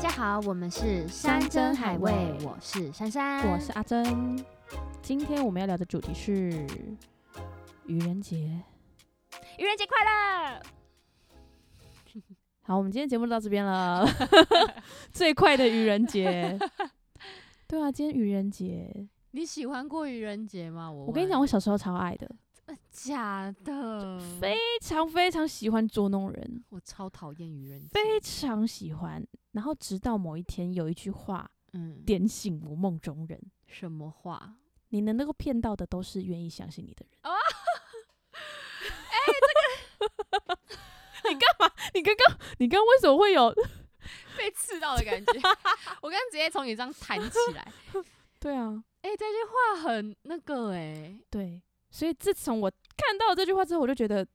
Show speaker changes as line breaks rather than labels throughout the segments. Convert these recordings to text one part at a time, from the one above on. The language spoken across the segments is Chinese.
家好，我们是
山珍海味
我是珊珊，
我是阿珍。今天我们要聊的主题是愚人节。
愚人节快乐！
好，我们今天节目就到这边了。 最快的愚人节，对啊，今天愚人节。
你喜欢过愚人节吗？我
我跟你讲，我小时候超爱的，
问，假的，
非常非常喜欢捉弄人，
我超讨厌愚人节，
非常喜欢。然后直到某一天有一句话
嗯，
点醒我梦中人：
什么话？
你能够骗到的都是愿意相信你的人。
哦
哦，哎、这个 你干嘛？你刚刚你刚刚为什么会有？
被刺到的感觉， 我刚直接从你这样弹起来。
对啊，
哎、这句话很那个哎、
对，所以自从我看到这句话之后，我就觉得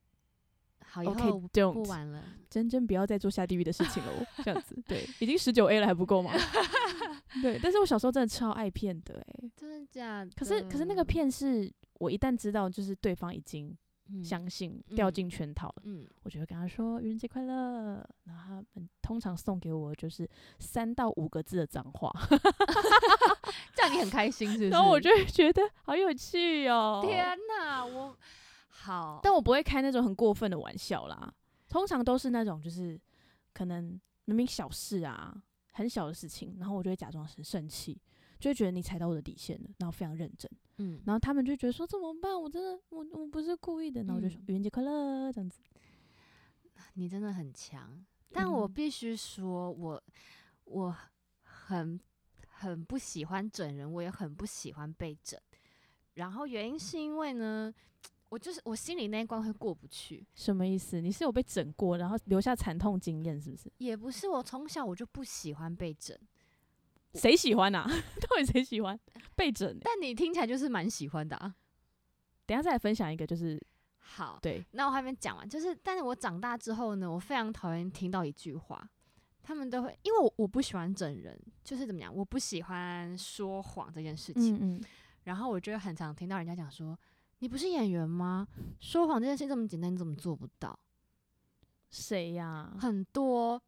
好，以
OK
后我
don't
不玩了。
真真不要再做下地狱的事情了哦，这样子，对，已经十九 A 了还不够吗？对，但是我小时候真的超爱骗的哎、
真的假的？
可是可是那个骗是我一旦知道就是对方已经
嗯，
相信、掉
嗯
进圈套了，
嗯，
我就会跟他说愚人节快乐，然后他们通常送给我就是三到五个字的脏话，
这样你很开心是不是？啊
然后我就会觉得好有趣哦，
天哪，我好，
但我不会开那种很过分的玩笑啦，通常都是那种就是可能明明小事啊，很小的事情，然后我就会假装很生气，就会觉得你踩到我的底线了，然后非常认真，
嗯，
然后他们就觉得说怎么办？我真的我我不是故意的，然后我就说
嗯
愚人节快乐这样子。
你真的很强，但我必须说，我我很很不喜欢整人，我也很不喜欢被整。然后原因是因为呢，我就是我心里那一关会过不去，
什么意思？你是有被整过，然后留下惨痛经验是不是？
也不是我从小我就不喜欢被整，我
谁喜欢啊？ 到底谁喜欢被整欸、
但你听起来就是蛮喜欢的啊。
等一下再来分享一个，就是
好，
对
那我还没讲完，就是，但是我长大之后呢，我非常讨厌听到一句话，他们都会，因为我我不喜欢整人，就是怎么讲，我不喜欢说谎这件事情。
嗯，
然后我就会很常听到人家讲说：“你不是演员吗？说谎这件事这么简单，你怎么做不到
谁呀、？”
很多，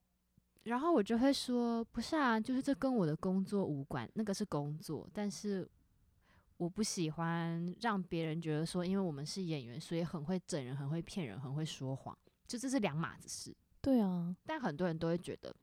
然后我就会说：“不是啊，就是这跟我的工作无关，那个是工作，但是我不喜欢让别人觉得说，因为我们是演员，所以很会整人，很会骗人，很会说谎，就这是两码子事。
对啊，
但很多人都会觉得。”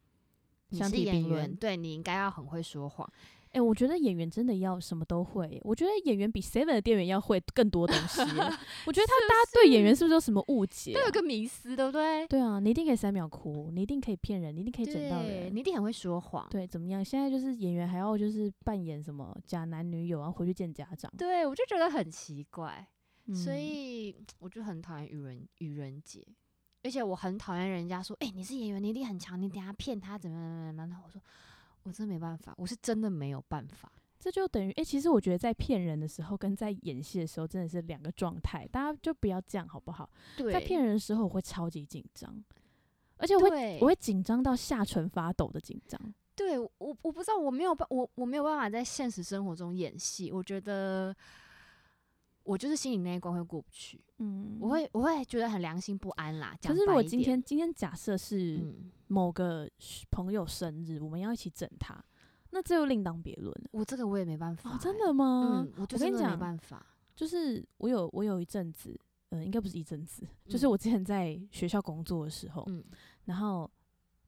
你
相
是
提
演
并
员，
论
对你应该要很会说谎。
哎、我觉得演员真的要什么都会耶。我觉得演员比 Seven 的店员要会更多东西耶。 我觉得他大家对演员是不是有什么误解
都
啊、
有个迷思，对不对？
对啊，你一定可以三秒哭，你一定可以骗人，你一定可以整到
对
人。
你一定很会说谎。
对，怎么样？现在就是演员还要就是扮演什么假男女友，然后回去见家长。
对，我就觉得很奇怪。
嗯
所以我就很讨厌愚人愚人节，而且我很讨厌人家说，哎、你是演员，你一定很强，你等下骗他怎么怎么怎么样。然后我说，我真没办法，我是真的没有办法。
这就等于，哎、其实我觉得在骗人的时候跟在演戏的时候真的是两个状态，大家就不要这样好不好？
对，
在骗人的时候我会超级紧张，而且我会
对
我会紧张到下唇发抖的紧张。
对我我不知道，我没有办，我我没有办法在现实生活中演戏。我觉得我就是心里那一关会过不去，
嗯
我会我会觉得很良心不安啦。
可
讲
是如
白
果
一
今
点
天，今天假设是
嗯，
某个朋友生日，我们要一起整他，那这又另当别论了。
我这个我也没办法欸、
哦，真的吗？
嗯，我就真
跟你
的没
讲
办法。
就是我有我有一阵子，嗯、应该不是一阵子，就是
嗯
我之前在学校工作的时候，
嗯
然后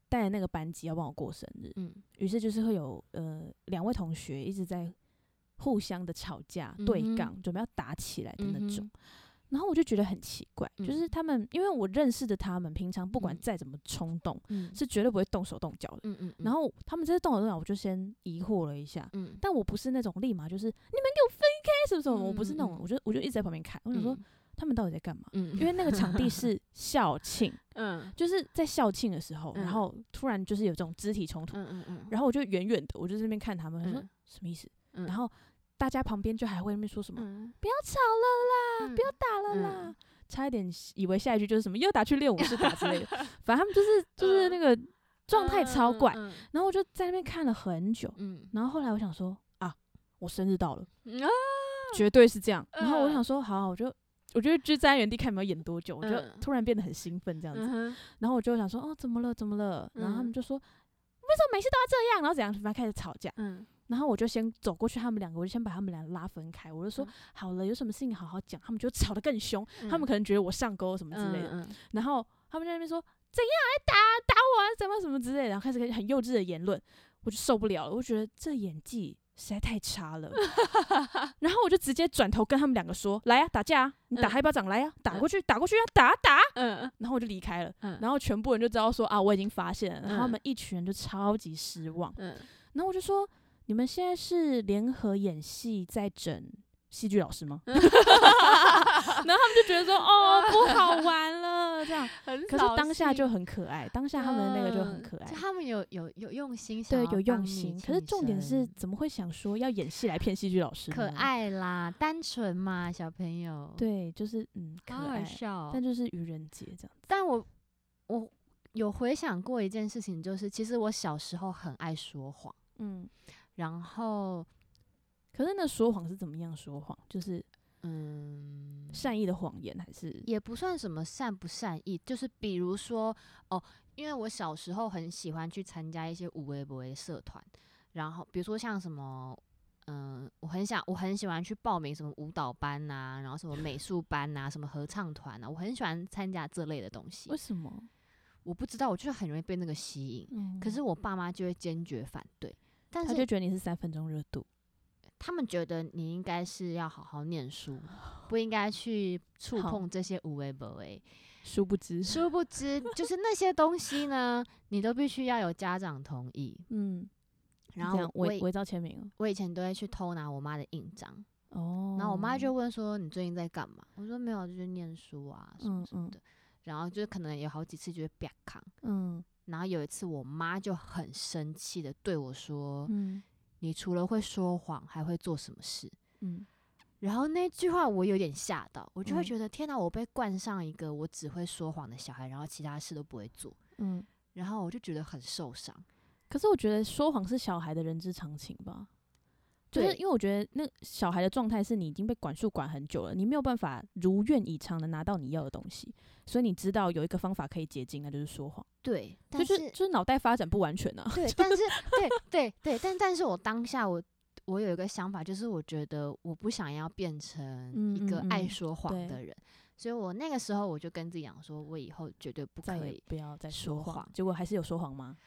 带的那个班级要帮我过生日，
嗯
于是就是会有呃两位同学一直在互相的吵架、
嗯
对
哼
杠，准备要打起来的那
嗯
种。
哼
然后我就觉得很奇怪，就是
嗯
他们，因为我认识的他们，平常不管
嗯
再怎么冲动，
嗯
是绝对不会动手动脚的。
嗯嗯，嗯
然后他们这次动手动脚，我就先疑惑了一下。
嗯，
但我不是那种立马就是你们给我分开什么什么，我不是那种
嗯，嗯
我就我就一直在旁边看，我想说
嗯
他们到底 在干嘛？
嗯，
因为那个场地是校 庆，
嗯
就是在校庆的时候，
嗯
然后突然就是有这种肢体冲突，
嗯嗯嗯，
然后我就远远的，我就在那边看他们，我说
嗯
什么意思？
嗯
然后大家旁边就还会那边说什么
嗯
不要吵了啦，不要打了
嗯
啦，差一点以为下一句就是什么又打去练武士打之类的， 反正他们就是就是那个状态超怪，
嗯
然后我就在那边看了很久，
嗯
然后后来我想说啊，我生日到了，
嗯啊，
绝对是这样。然后我
嗯
想说，好，我就我就就站在原地看你们要演多久，我就
嗯
突然变得很兴奋这样子。
嗯哼
然后我就想说，哦，怎么了？怎么了？然后他
嗯
们就说。为什么每次都要这样？然后怎样，反正开始吵架。
嗯，
然后我就先走过去，他们两个，我就先把他们俩拉分开。我就说、
嗯
好了，有什么事情好好讲。他们就吵得更凶，他们
可
可能觉得我上钩什么之类的。
嗯嗯
然后他们在那边说怎样来打打我、啊，怎么什么之类的，然后开始很幼稚的言论，我就受不了了，我就觉得这演技实在太 差了。然后我就直接转头跟他们两个说：“来啊，打架啊，你打
嗯
他一巴掌，来啊，打
嗯
过去，打过去啊，打啊打啊。
嗯嗯”
然后我就离开了。
嗯，
然后全部人就知道说啊，我已经发现了。然后他
嗯
们一群人就超级失望。
嗯
然后我就说：“你们现在是联合演戏在整戏剧老师
嗯
吗？” 然后他们就觉得说：“哦，不好玩了。”这样。
很
可是
扫
当下
兴
就很可爱，当下他们的那个就很
嗯
可爱
就，他们有有有用心想
对，
要
有
帮
用
你
心。可
庆
是重点是，
生
怎么会想说要演戏来骗戏剧老师？
可，爱啦，单纯嘛，小朋友，，
对，就是嗯，可
好好
爱，
笑哦。
但就是愚人节这样子。
但我我有回想过一件事情，就是其实我小时候很爱说谎，
嗯，
然后
可是那说谎是怎么样说谎？就是
嗯，
善意的谎言，还是
也不算什么善不善意，就是比如说哦，因为我小时候很喜欢去参加一些无微不微社团，然后比如说像什么。嗯，我很想，我很喜欢去报名什么舞蹈班呐、然后什么美术班呐、什么合唱团啊，我很喜欢参加这类的东西
为。什么？
我不知道，我就是很容易被那个吸引。
嗯
可是我爸妈就会坚决反对，但
他就是觉得你是三分钟热度，
他们觉得你应该是要好好念书，不应该去触
好
碰这些无为不为。
殊不知，
殊不知，就是那些东西呢，你都必须要有家长同意。
嗯，
然
这
后
样
我
伪
以
伪造签名
我以前都会去偷拿我妈的印章，
哦哦，
然后我妈就问说：“你最近在干嘛？”我说：“没有，就是念书啊什么
嗯
什么
嗯
的。”然后就是可能有好几次就会啪扛。
嗯
然后有一次，我妈就很生气的对我说：“
嗯
你除了会说谎，还会做什么事？”
嗯，
然后那句话我有点吓到，我就会
嗯
觉得、天哪，我被冠上一个我只会说谎的小孩，然后其他事都不会做，
嗯，
然后我就觉得很受伤。
可是我觉得说谎是小孩的人之常情吧，就是
对
因为我觉得那小孩的状态是你已经被管束管很久了，你没有办法如愿以偿的拿到你要的东西，所以你知道有一个方法可以解禁，那就是说谎。
对，
就
但是
是就是脑袋发展不完全啊。
对， 但是对对对，但但是我当下我我有一个想法，就是我觉得我不想要变成一个
嗯嗯
爱
嗯
说谎的
对
人，所以我那个时候我就跟自己讲说，我以后绝对不
再
可
也
以，
不要再
说
说
谎
谎，结果还是有说谎吗？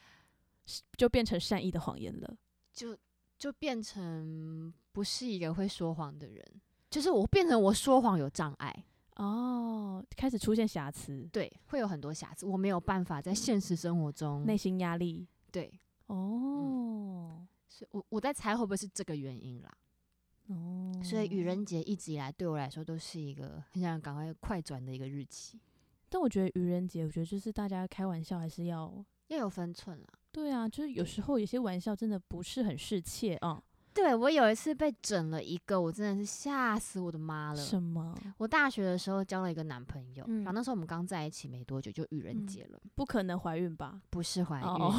是就变成善意的谎言了。
就就变成不是一个会说谎的人，就是我变成我说谎有障碍。
哦，开始出现瑕疵，
对，会有很多瑕疵，我没有办法在现实生活中
内心压力。
对，
哦、
所以我我在猜会不会是这个原因啦。
哦，
所以愚人节一直以来对我来说都是一个很想赶快快转的一个日期，
但我觉得愚人节，我觉得就是大家开玩笑还是要
要有分寸啦。
对啊，就是有时候有些玩笑真的不是很适切啊。
对我有一次被整了一个，我真的是吓死我的妈了。
什么
我大学的时候交了一个男朋友，
嗯
然后那时候我们刚在一起没多久就愚人
嗯
节了，
不可能怀孕吧？
不是怀孕，
哦，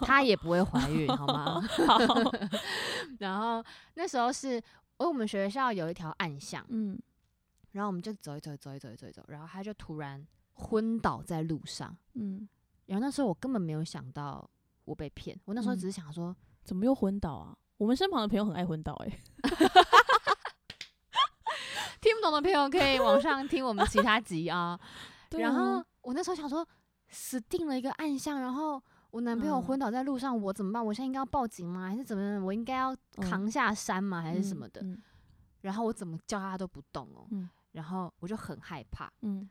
他也不会怀孕，好吗？
好，
然后那时候是，哦我们学校有一条暗巷，
嗯，
然后我们就走一走，走一走，走一走，然后他就突然昏倒在路上。
嗯，
然后那时候我根本没有想到我被骗，我那时候只是想说，
怎么又昏倒啊？我们身旁的朋友很爱昏倒、欸，
听不懂的朋友可以往上听我们其他集 啊。
对啊
然后我那时候想说，死定了一个暗巷，然后我男朋友
嗯
昏倒在路上，我怎么办？我现在应该要报警吗？还是怎么样？我应该要
嗯
扛下山吗？还是什么的？
嗯
然后我怎么叫他都不动哦，
嗯
然后我就很害怕，
嗯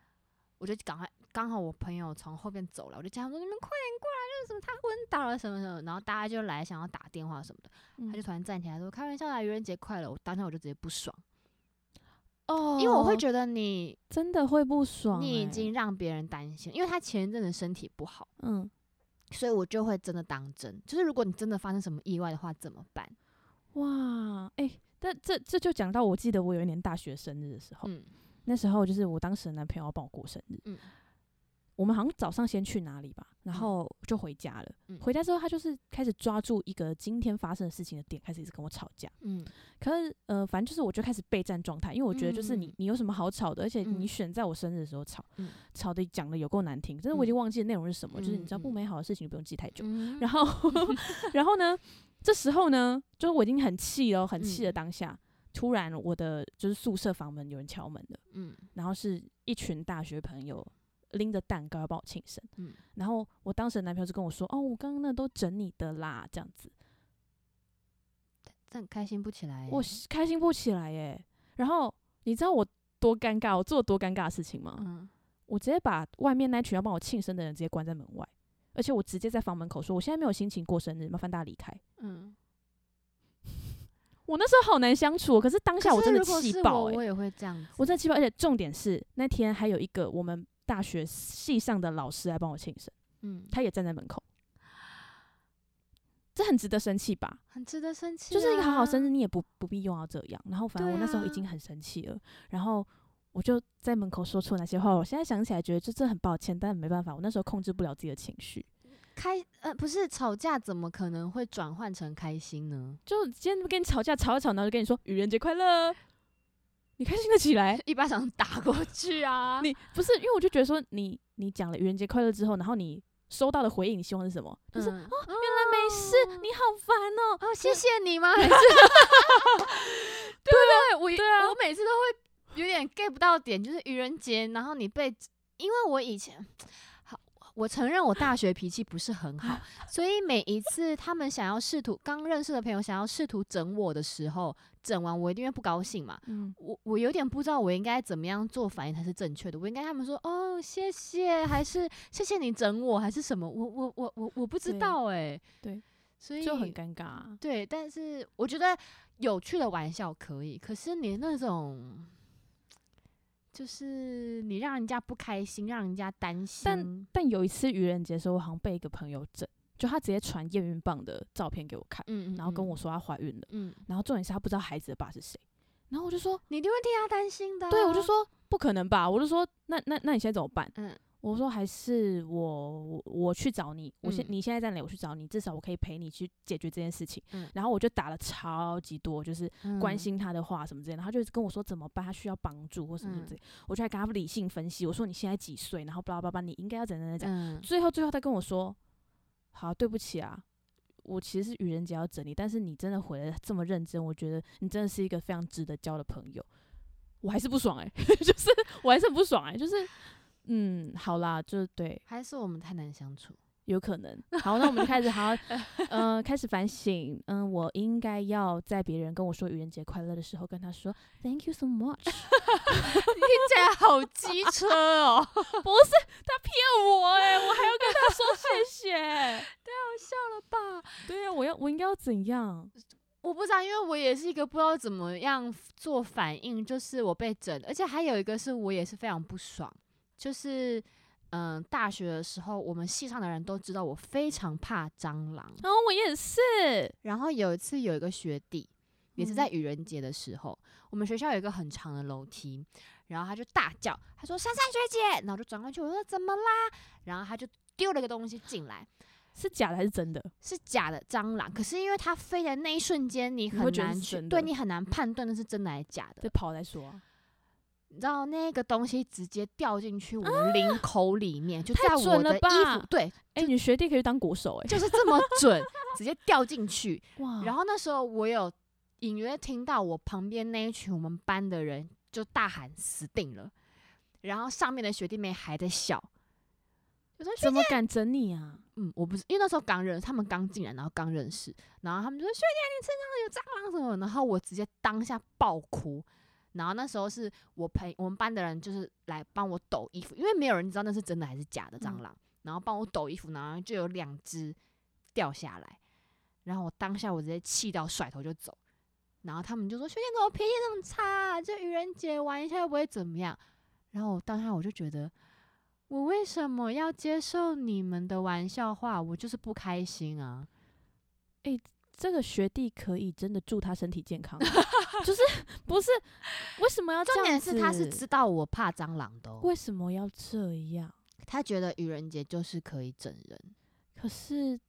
我就赶快，刚好我朋友从后边走来，我就叫他说：“你们快点过来，就是什么他昏倒了什么什么。”然后大家就来想要打电话什么的，
嗯
他就突然站起来说：“开玩笑啦，愚人节快乐！”我当下我就直接不爽，
哦，
因为我会觉得你
真的会不爽欸、
你已经让别人担心，因为他前一阵子身体不好，
嗯，
所以我就会真的当真，就是如果你真的发生什么意外的话怎么办？
哇，哎、但这这就讲到，我记得我有一年大学生日的时候，
嗯
那时候就是我当时的男朋友要帮我过生日，
嗯
我们好像早上先去哪里吧，然后就回家了。
嗯
回家之后，他就是开始抓住一个今天发生的事情的点，开始一直跟我吵架。
嗯
可是呃，反正就是我就开始备战状态，因为我觉得就是你、
嗯
你有什么好吵的，而且
嗯
你选在我生日的时候吵，
嗯
吵的讲的有够难听，真的我已经忘记内容是什么，就是你知道
嗯嗯
不美好的事情就不用记太久。
嗯
然后 然后呢，这时候呢，就是我已经很气了，
嗯
很气的当下，突然我的就是宿舍房门有人敲门了，
嗯
然后是一群大学朋友。拎着蛋糕要帮我庆生，
嗯
然后我当时的男朋友就跟我说：“哦，我刚刚那都整你的啦，这样子。”
这很开心不起来欸。
我是开心不起来耶。然后你知道我多尴尬，我做了多尴尬的事情吗？
嗯
我直接把外面那群要帮我庆生的人直接关在门外，而且我直接在房门口说：“我现在没有心情过生日，麻烦大家离开。
嗯，”
我那时候好难相处哦，可是当下
可
我
是
真的
如果
气
是
爆
我
哎、
我也会这样子。
我真的气爆，而且重点是那天还有一个我们大学系上的老师来帮我庆生，
嗯，
他也站在门口，这很值得生气吧？
很值得生气啊，
就是一个好好生日，
日
你也不不必用到这样。然后反正
对
我那时候已
啊
经很生气了，然后我就在门口说出那些话。我现在想起来觉得这真的很抱歉，但没办法，我那时候控制不了自己的情绪。
开呃不是吵架怎么可能会转换成开心呢？
就今天跟你吵架吵一吵，然后就跟你说愚人节快乐，你开心的起来。
一巴掌打过去啊！
你不是因为我就觉得说你你讲了愚人节快乐之后，然后你收到的回应，你希望是什么？就是、
嗯
哦，原来没事，你好烦哦。
哦，谢谢你吗？还 是对不对？我
啊对啊
我每次都会有点 get 不到点，就是愚人节，然后你被，因为我以前好，我承认我大学脾气不是很 好，所以每一次他们想要试图刚认识的朋友想要试图整我的时候，整完我一定会不高兴嘛。
嗯，
我我有点不知道我应该怎么样做反应才是正确的，我应该跟他们说哦谢谢，还是谢谢你整我，还是什么？我我我我我不知
对
道哎、
对，
所以
就很尴尬啊。
对，但是我觉得有趣的玩笑可以，可是你那种就是你让人家不开心，让人家担心，嗯
但有一次愚人节的时候，我好像被一个朋友整，就他直接传验孕棒的照片给我看，
嗯嗯，
然后跟
嗯
我，说她怀孕了，
嗯，
然后重点是她不知道孩子的爸是谁，然后我就说，
你一定会替他担心的啊、
对，我就说不可能吧，我就说那那那你现在怎么办？
嗯
我说还是我我我去找你，我现、
嗯
你现在在哪里？我去找你，至少我可以陪你去解决这件事情。
嗯
然后我就打了超级多，就是
嗯
关，心他的话什么之类的，然后他就一直跟我说怎么办，他需要帮助或什
嗯
么什么之类的，我就还跟他理性分析，我说你现在几岁，然后巴拉巴拉，你应该要怎样怎样怎样。
嗯
最后最后他跟我说：“好，对不起啊，我其实是愚人节要整理，但是你真的回来这么认真，我觉得你真的是一个非常值得交的朋友。”我还是不爽哎、 就是我还是很不爽哎、就是嗯，好啦，就是对，
还是我们太难相处，
有可能。好，那我们就开始好，嗯、呃，开始反省。嗯，我应该要在别人跟我说愚人节快乐的时候，跟他说 “Thank you so much”。
听起来好机车哦，太好
不是他骗我 哎、我还要跟他说谢谢。
笑了吧？嗯
对啊，我要我应该要怎样？
我不知道，因为我也是一个不知道怎么样做反应，就是我被整，而且还有一个是我也是非常不爽，就是嗯、大学的时候我们系上的人都知道我非常怕蟑螂，
然后我也是，
然后有一次有一个学弟，也是
嗯
在愚人节的时候，我们学校有一个很长的楼梯，然后他就大叫，他说珊珊学姐，然后我就转过去，我说怎么啦？然后他就丢了个东西进来，
是假的还是真的？
是假的蟑螂，可是因为它飞的那一瞬间，你
会
很
觉得
难
是
去，
真的嗯
对你很难判断那是真的还是假的
再。跑来说、啊，
你知道那个东西直接掉进去我的领口里面，就
啊太
在
准
我
了
的衣
吧
服， 对，
哎、你学弟可以去当国手哎、
就是这么 准，直接掉进去。
哇
然
后
后那时候我有隐约听到我旁边那一群我们班的人就大喊“死定了”，然后上面的学弟妹还在笑，就说
怎么敢整你啊？
嗯，我不是，因为那时候刚认，他们刚进来，然后刚认识，然后他们就说学姐你身上有蟑螂什么的，然后我直接当下爆哭。然后那时候是我陪我们班的人，就是来帮我抖衣服，因为没有人知道那是真的还是假的蟑
嗯
螂，然后帮我抖衣服，然后就有两只掉下来，然后我当下我直接气到甩头就走。然后他们就说学姐怎么脾气这么差啊、就愚人节玩一下又不会怎么样。然后我当下我就觉得，我为什么要接受你们的玩笑话？我就是不开心啊！
这个学弟可以真的祝他身体 健康啊，就是不是为什么要这
重
样
点
子？
是他是知道我怕蟑螂的哦、
为什么要这样？
他觉得愚人节就是可以整人，
可是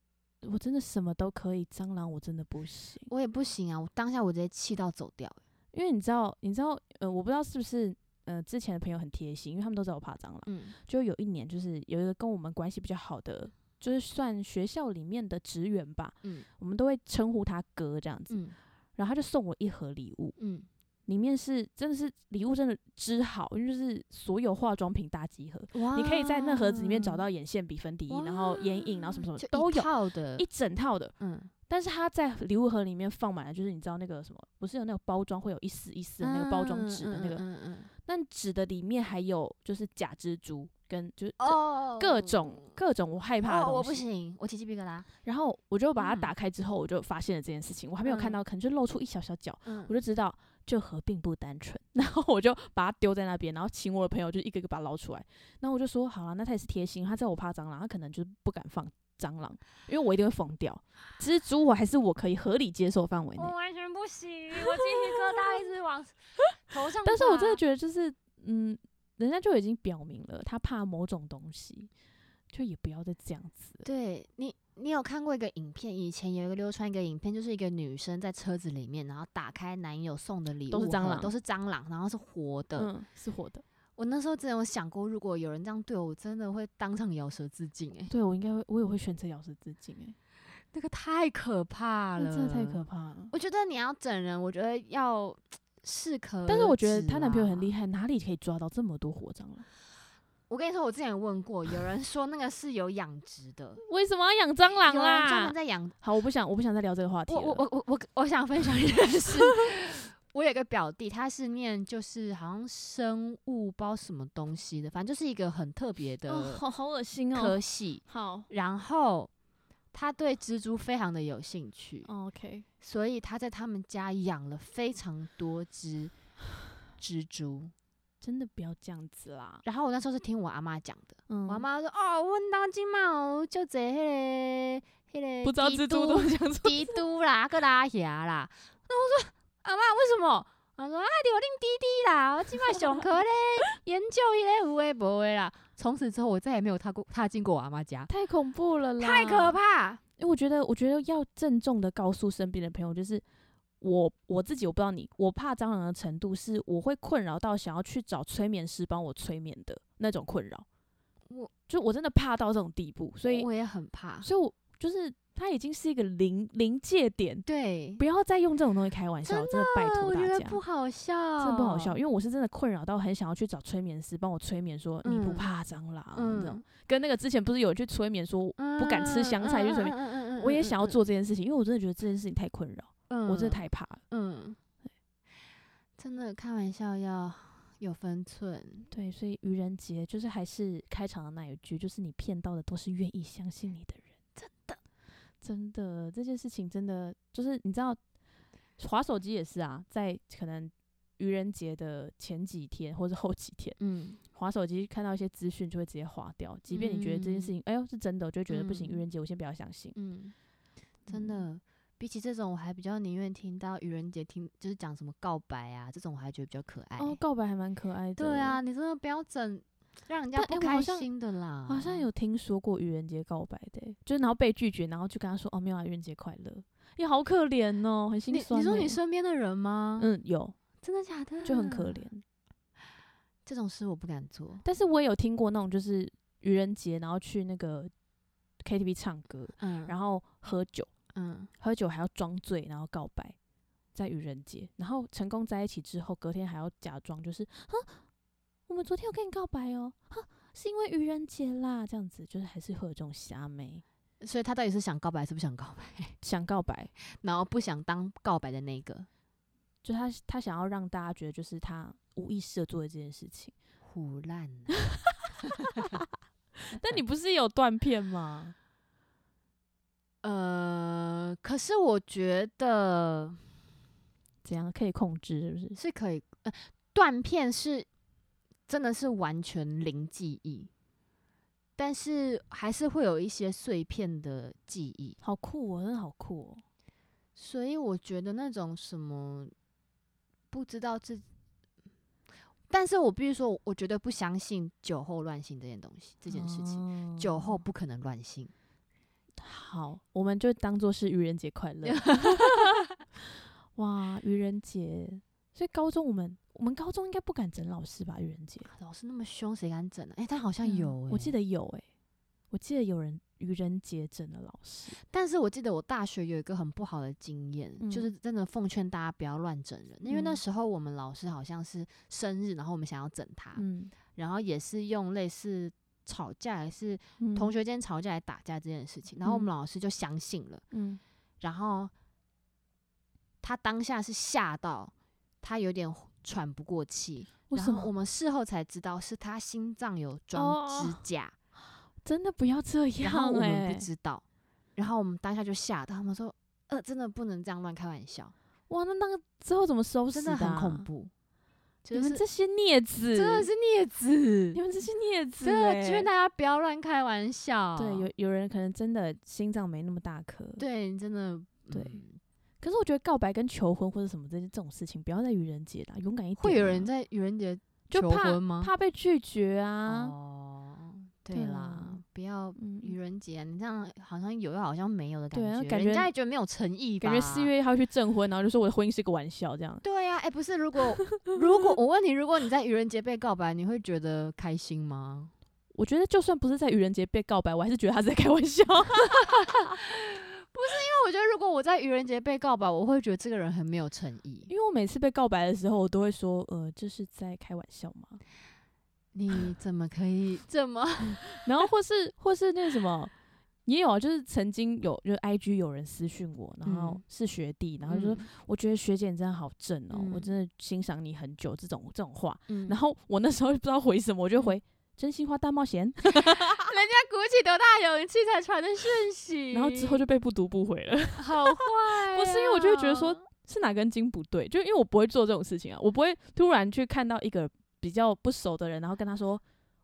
我真的什么都可以，蟑螂我真的不行。
我也不行啊，我当下我直接气到走掉、
因为你知道，你知道，呃，我不知道是不是，呃，之前的朋友很贴心，因为他们都知道我怕蟑螂。
嗯，
就有一年，就是有一个跟我们关系比较好的，就是算学校里面的职员吧，
嗯
我们都会称呼他哥这样子。
嗯
然后他就送我一盒礼物，
嗯，
里面是真的是礼物真的之好，因为就是所有化妆品大集合，
哇
你可以在那盒子里面找到眼线、笔、粉底
啊哇
液，然后眼影，然后什么什么
就一
都有，
套的
一，整套的。
嗯，
但是它在礼物盒里面放满了，就是你知道那个什么，不是有那个包装会有一丝一丝的那个包装纸的那
嗯
个，
嗯嗯嗯
但纸的里面还有就是假蜘蛛跟就是
嗯哦，
各种各种我害怕
哦，
的
我不
东西。
行，我起鸡皮疙瘩，
然后我就把它
嗯
打开之后，我就发现了这件事情，我还没有看
嗯
到，可能就露出一小小角，
嗯
我就知道这盒并不单纯， 然后我就把它丢在那边，然后请我的朋友就一个一个把它捞出来。然后我就说，好了，那他也是贴心，他知道我怕蟑螂，他可能就是不敢放蟑螂，因为我一定会疯掉。蜘蛛我还是我可以合理接受范围内，
我完全不行，我鸡皮疙瘩一直往 头上爬。
但是我真的觉得就是，嗯，人家就已经表明了他怕某种东西，就也不要再这样子了。
对你，你有看过一个影片？以前有一个流传一个影片，就是一个女生在车子里面，然后打开男友送的礼物
都
盒，
是蟑螂
都是蟑螂，然后是活的。
嗯，是活的。
我那时候真的有想过，如果有人这样对我，我真的会当场咬舌自尽、欸。
对我应该会，我也会选择咬舌自尽、欸，
那个太可怕
哎，
了，
真的太可。怕了。
我觉得你要整人，我觉得要适可、
但是我觉得她男朋友很厉
害。
害，哪里可以抓到这么多啊活蟑螂？
我跟你说，我之前有问过，有人说那个是有养殖的，
为什么要养蟑螂
有人专
啦
门？在养
好，我不想，我哦不想再聊这个话题
我
了。
我我我我我想分享一件事， 我有一个表弟，他是念就是好像生物包什么东西的，反正就是一个很特别
哦，
的
好好恶心哦。
科系。
好
然后他对蜘蛛非常的有兴趣，
哦，OK，
所以他在他们家养了非常多只蜘蛛。
真的不要这样子啦。
然后我那时候是听我阿妈讲的，
嗯，
我阿妈说：“哦，阮当今嘛哦，就这迄个迄个
不知道
基
蜘
督
蛛都这 样做。
帝都啦，个拉牙啦。那我说阿妈为什么？她说啊，你有恁弟弟啦，我今摆上课咧研究伊咧有诶无诶啦。从此之后，我再也没有踏过踏进过我阿妈家，
太恐怖了啦！
太可怕。
因为我觉得，我觉得要郑重的告诉身边的朋友，就是我我自己，我不知道你，我怕蟑螂的程度是我会困扰到想要去找催眠师帮我催眠的那种困扰。
我
就我真的怕到这种地步，所以
我也很怕。
所以我就是它已经是一个临临界点，
对，
不要再用这种东西开玩笑，真的拜
啊
托
我
大
觉
家，
得
真
不好笑，
的不好笑，。因为我是真的困扰到很想要去找催眠师帮我催眠说，你不
嗯
怕蟑螂、这种
嗯，，
跟那个之前不是有人去催眠说
嗯
不敢吃香菜去催眠，
眠
我也想要，做这件事情，因为我真的觉得这件事情太困扰，
嗯
我真的太怕了。
嗯，真的开玩笑要有分寸。
对，所以愚人节就是还是开场的那一句，就是你骗到的都是愿意相信你的人，真的，真的这件事情真的就是你知道，划手机也是啊，在可能愚人节的前几天或者后几天，
嗯，
划手机看到一些资讯就会直接划掉，即便你觉得这件事情，哎呦是真的，我就会觉得不行，
嗯
愚人节我先不要相信。
嗯，真
嗯
的，比起这种，我还比较宁愿听到愚人节听，就是讲什么告白啊，这种我还觉得比较可爱。
哦，告白还蛮可爱的。
对啊，，你真的不要整，让人家
但诶
不
我好
开
像
心的啦。
好像有听说过愚人节告白的欸、就是然后被拒绝，然后就跟他说哦没有啊，愚人节快乐，也好可怜哦，很心
你
酸欸、
你说你身边的人吗？，
嗯有
真的假的？
就很可怜，。
这种事我不敢做。
但是我也有听过那种就是愚人节然后去那个 KTV 唱歌，
嗯，
然
后
后喝酒，
嗯，
喝酒还要装醉，然后告白。在愚人节，然后成功在一起之后，隔天还要假装就是，啊，我们昨天有跟你告白哦，啊，是因为愚人节啦，这样子就是还是会有这种瞎妹
所以他到底是想告白，是不想告白？
想告白，
然后不想当告白的那个。
就他他想要让大家觉得就是他无意识的做了这件事 情。
胡烂啊、
但你不是有断片吗？
呃，可是我觉得
怎样可以控制？是不是？
是可以，呃，断片是真的是完全零记忆，但是还是会有一些碎片的记忆，
好酷哦，真的好酷哦！
所以我觉得那种什么不知道自但是我必须说，我绝对不相信酒后乱性这件东西，这件事情，
情
酒后不可能乱性。
好，我们就当做是愚人节快乐。哇，愚人节！所以高中我们我们高中应该不敢整老师吧？愚人节
老师那么凶，谁敢整啊？哎、但好像
嗯
有、
我记
得，
得有诶、我记得有人愚人节整了老师。
但是我记得我大学有一个很不好的经验，就是真的奉劝大家不要乱整人，因为那
嗯
时候我们老师好像是生日，然后我们想要整他，
嗯，
然后也是用类似吵架，还是
嗯
同学间吵架来打架这件事情，然后我们
嗯
老师就相信了，
嗯
然后他当下是吓到，他有点喘不过气，
为
然
什
后我
么
们事后才知道是他心脏有装支
哦
架，
真的不要这
然后
样欸
我
诶、
们不知道，然后我们当下就吓到，他们说。呃，真的不能这样乱开玩笑，
哇，那那个之后怎么收拾
真的很
啊
恐怖。就
你们
是
这些孽子，
真的是孽
你
子，
们这些孽子、
真的
欸，
劝大家不要乱开玩笑。
对，有有人可能真的心脏没那么大颗，
对，真的
对
嗯
可是我觉得告白跟求婚或者什么这些这种事情，不要在愚人节啦，勇敢一点啊。
会有人在愚人节
就
求
怕
婚吗？
怕被拒绝啊。
哦，对
对
啦
啦，
不要愚
嗯，
人节，你这样好像有又好像没有的感
对啊
觉，
感
人
觉
家也觉得没有诚意吧？
感觉四月一号去证婚，然后就说我的婚姻是个玩笑这样。
对呀、哎、不是， 如果如果我问你，如果你在愚人节被告白，你会觉得开心吗？
我觉得就算不是在愚人节被告白，我还是觉得他是在开玩笑。
那我觉得如果我在愚人节被告白，我会觉得这个人很没有诚意。
因为我每次被告白的时候，我都会说，呃，这是在开玩笑嘛。
你怎么可 以这么？
然后或是或是那什么。也有啊，就是曾经有，就是 I G 有人私讯我，然后
嗯
是学弟，然后就说、
嗯
我觉得学姐你真的好正哦，
嗯
我真的欣赏你很久。这种这种话，
嗯
然后我那时候不知道回什么，我就回真心话大冒险，
人家鼓起多大勇气才传的讯息，
然后之后就被不读不回了。
好坏、啊
不是因为我就会觉得说，是哪根筋不对，就因为我不会做这种事情啊，我不会突然去看到一个比较不熟的人，然后跟他说，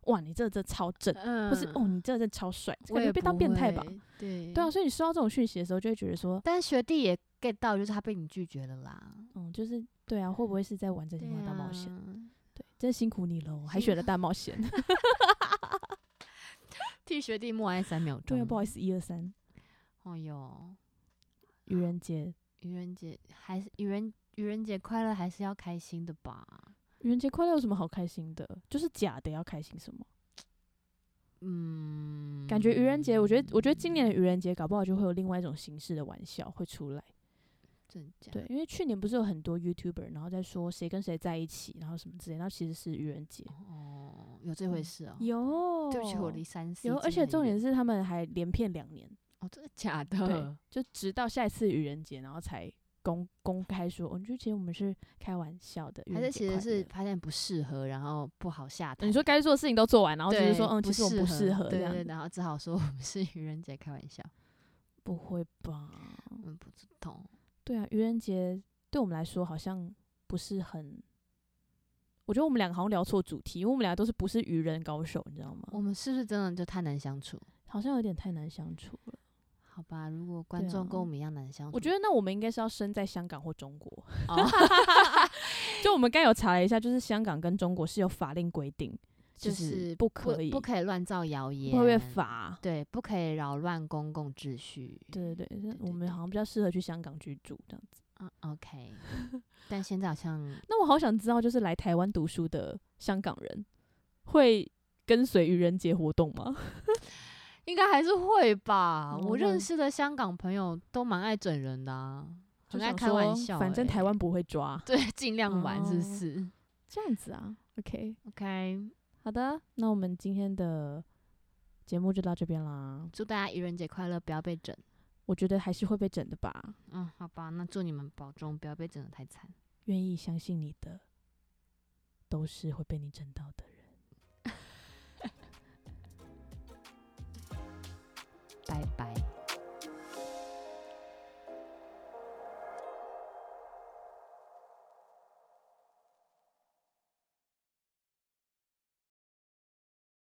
哇，你这这超正，
嗯，
或是哦，你这这超帅，
我
感
也
觉被当
不
变态吧？
会？对
对啊，，所以你收到这种讯息的时候，就会觉得说，
但是学弟也 get 到，就是他被你拒绝了啦。
嗯，就是对啊，会不会是在玩真心话大冒险？
嗯啊
对，真辛苦你 了，哦还
辛
选了大冒险。
替学弟默哀三秒钟。
对啊，不好意
思。
思，一二三，
哦哟，
愚人节，
愚人节还是愚人愚人节快乐，还是要开心的吧？
愚人节快乐有什么好开心的？就是假的，要开心什么？
嗯，
感觉愚人节，我觉得，我觉得今年的愚人节搞不好就会有另外一种形式的玩笑会出来。
真假
对，因为去年不是有很多 YouTuber，然后在说谁跟谁在一起，然后什么之类，那其实是愚人节。
哦，有这回
嗯
事哦。
有
对不起，我离三 C
有，
已
而
经
且
很
重点
远
是他们还连骗两年，
哦，真的假
对
的？，
就直到下一次愚人节，然后才公公开说，我就其实我们是开玩笑的，愚
还
人
是
节
其实
快
是
乐
发现不适合，然后不好下台。
你说该做的事情都做完，然后只
对，
是说，嗯，其实我们不适合这
对
样
对，
子，
然后只好说我们是愚人节开玩笑。
不会吧？
嗯，不知道。
对啊，愚人节对我们来说好像不是很。我觉得我们两个好像聊错主题，因为我们俩都是不是愚人高手，你知道吗？
我们是不是真的就太难相处？
好像有点太难相处了。
好吧，如果观
对
众跟
啊
我们一样难相处，
我觉得那我们应该是要生在香港或中国。
哦
就我们刚有查了一下，就是香港跟中国是有法令规定，
就
就是
是
不可以
不可以乱造谣言，
不会被罚。
对，不可以扰乱公共秩序。
对对对，
对
我们好像比较适合去香港居住这样子。
嗯，OK。但 现在好像
那我好想知道，就是来台湾读书的香港人会跟随愚人节活动吗？
应该还是会吧。
嗯
我认
那
识的香港朋友都蛮爱整人的、啊， 很
就
爱
想
开玩
说
笑欸、
反正台湾不会抓，
对尽量玩，是不
哦
是、
这样子啊。OK，
o k
好的，那我们今天的节目就到这边啦。
祝大家愚人节快乐，不要被整。
我觉得还是会被整的吧。
嗯，好吧，那祝你们保重，不要被整的太惨。
愿意相信你的，都是会被你整到的。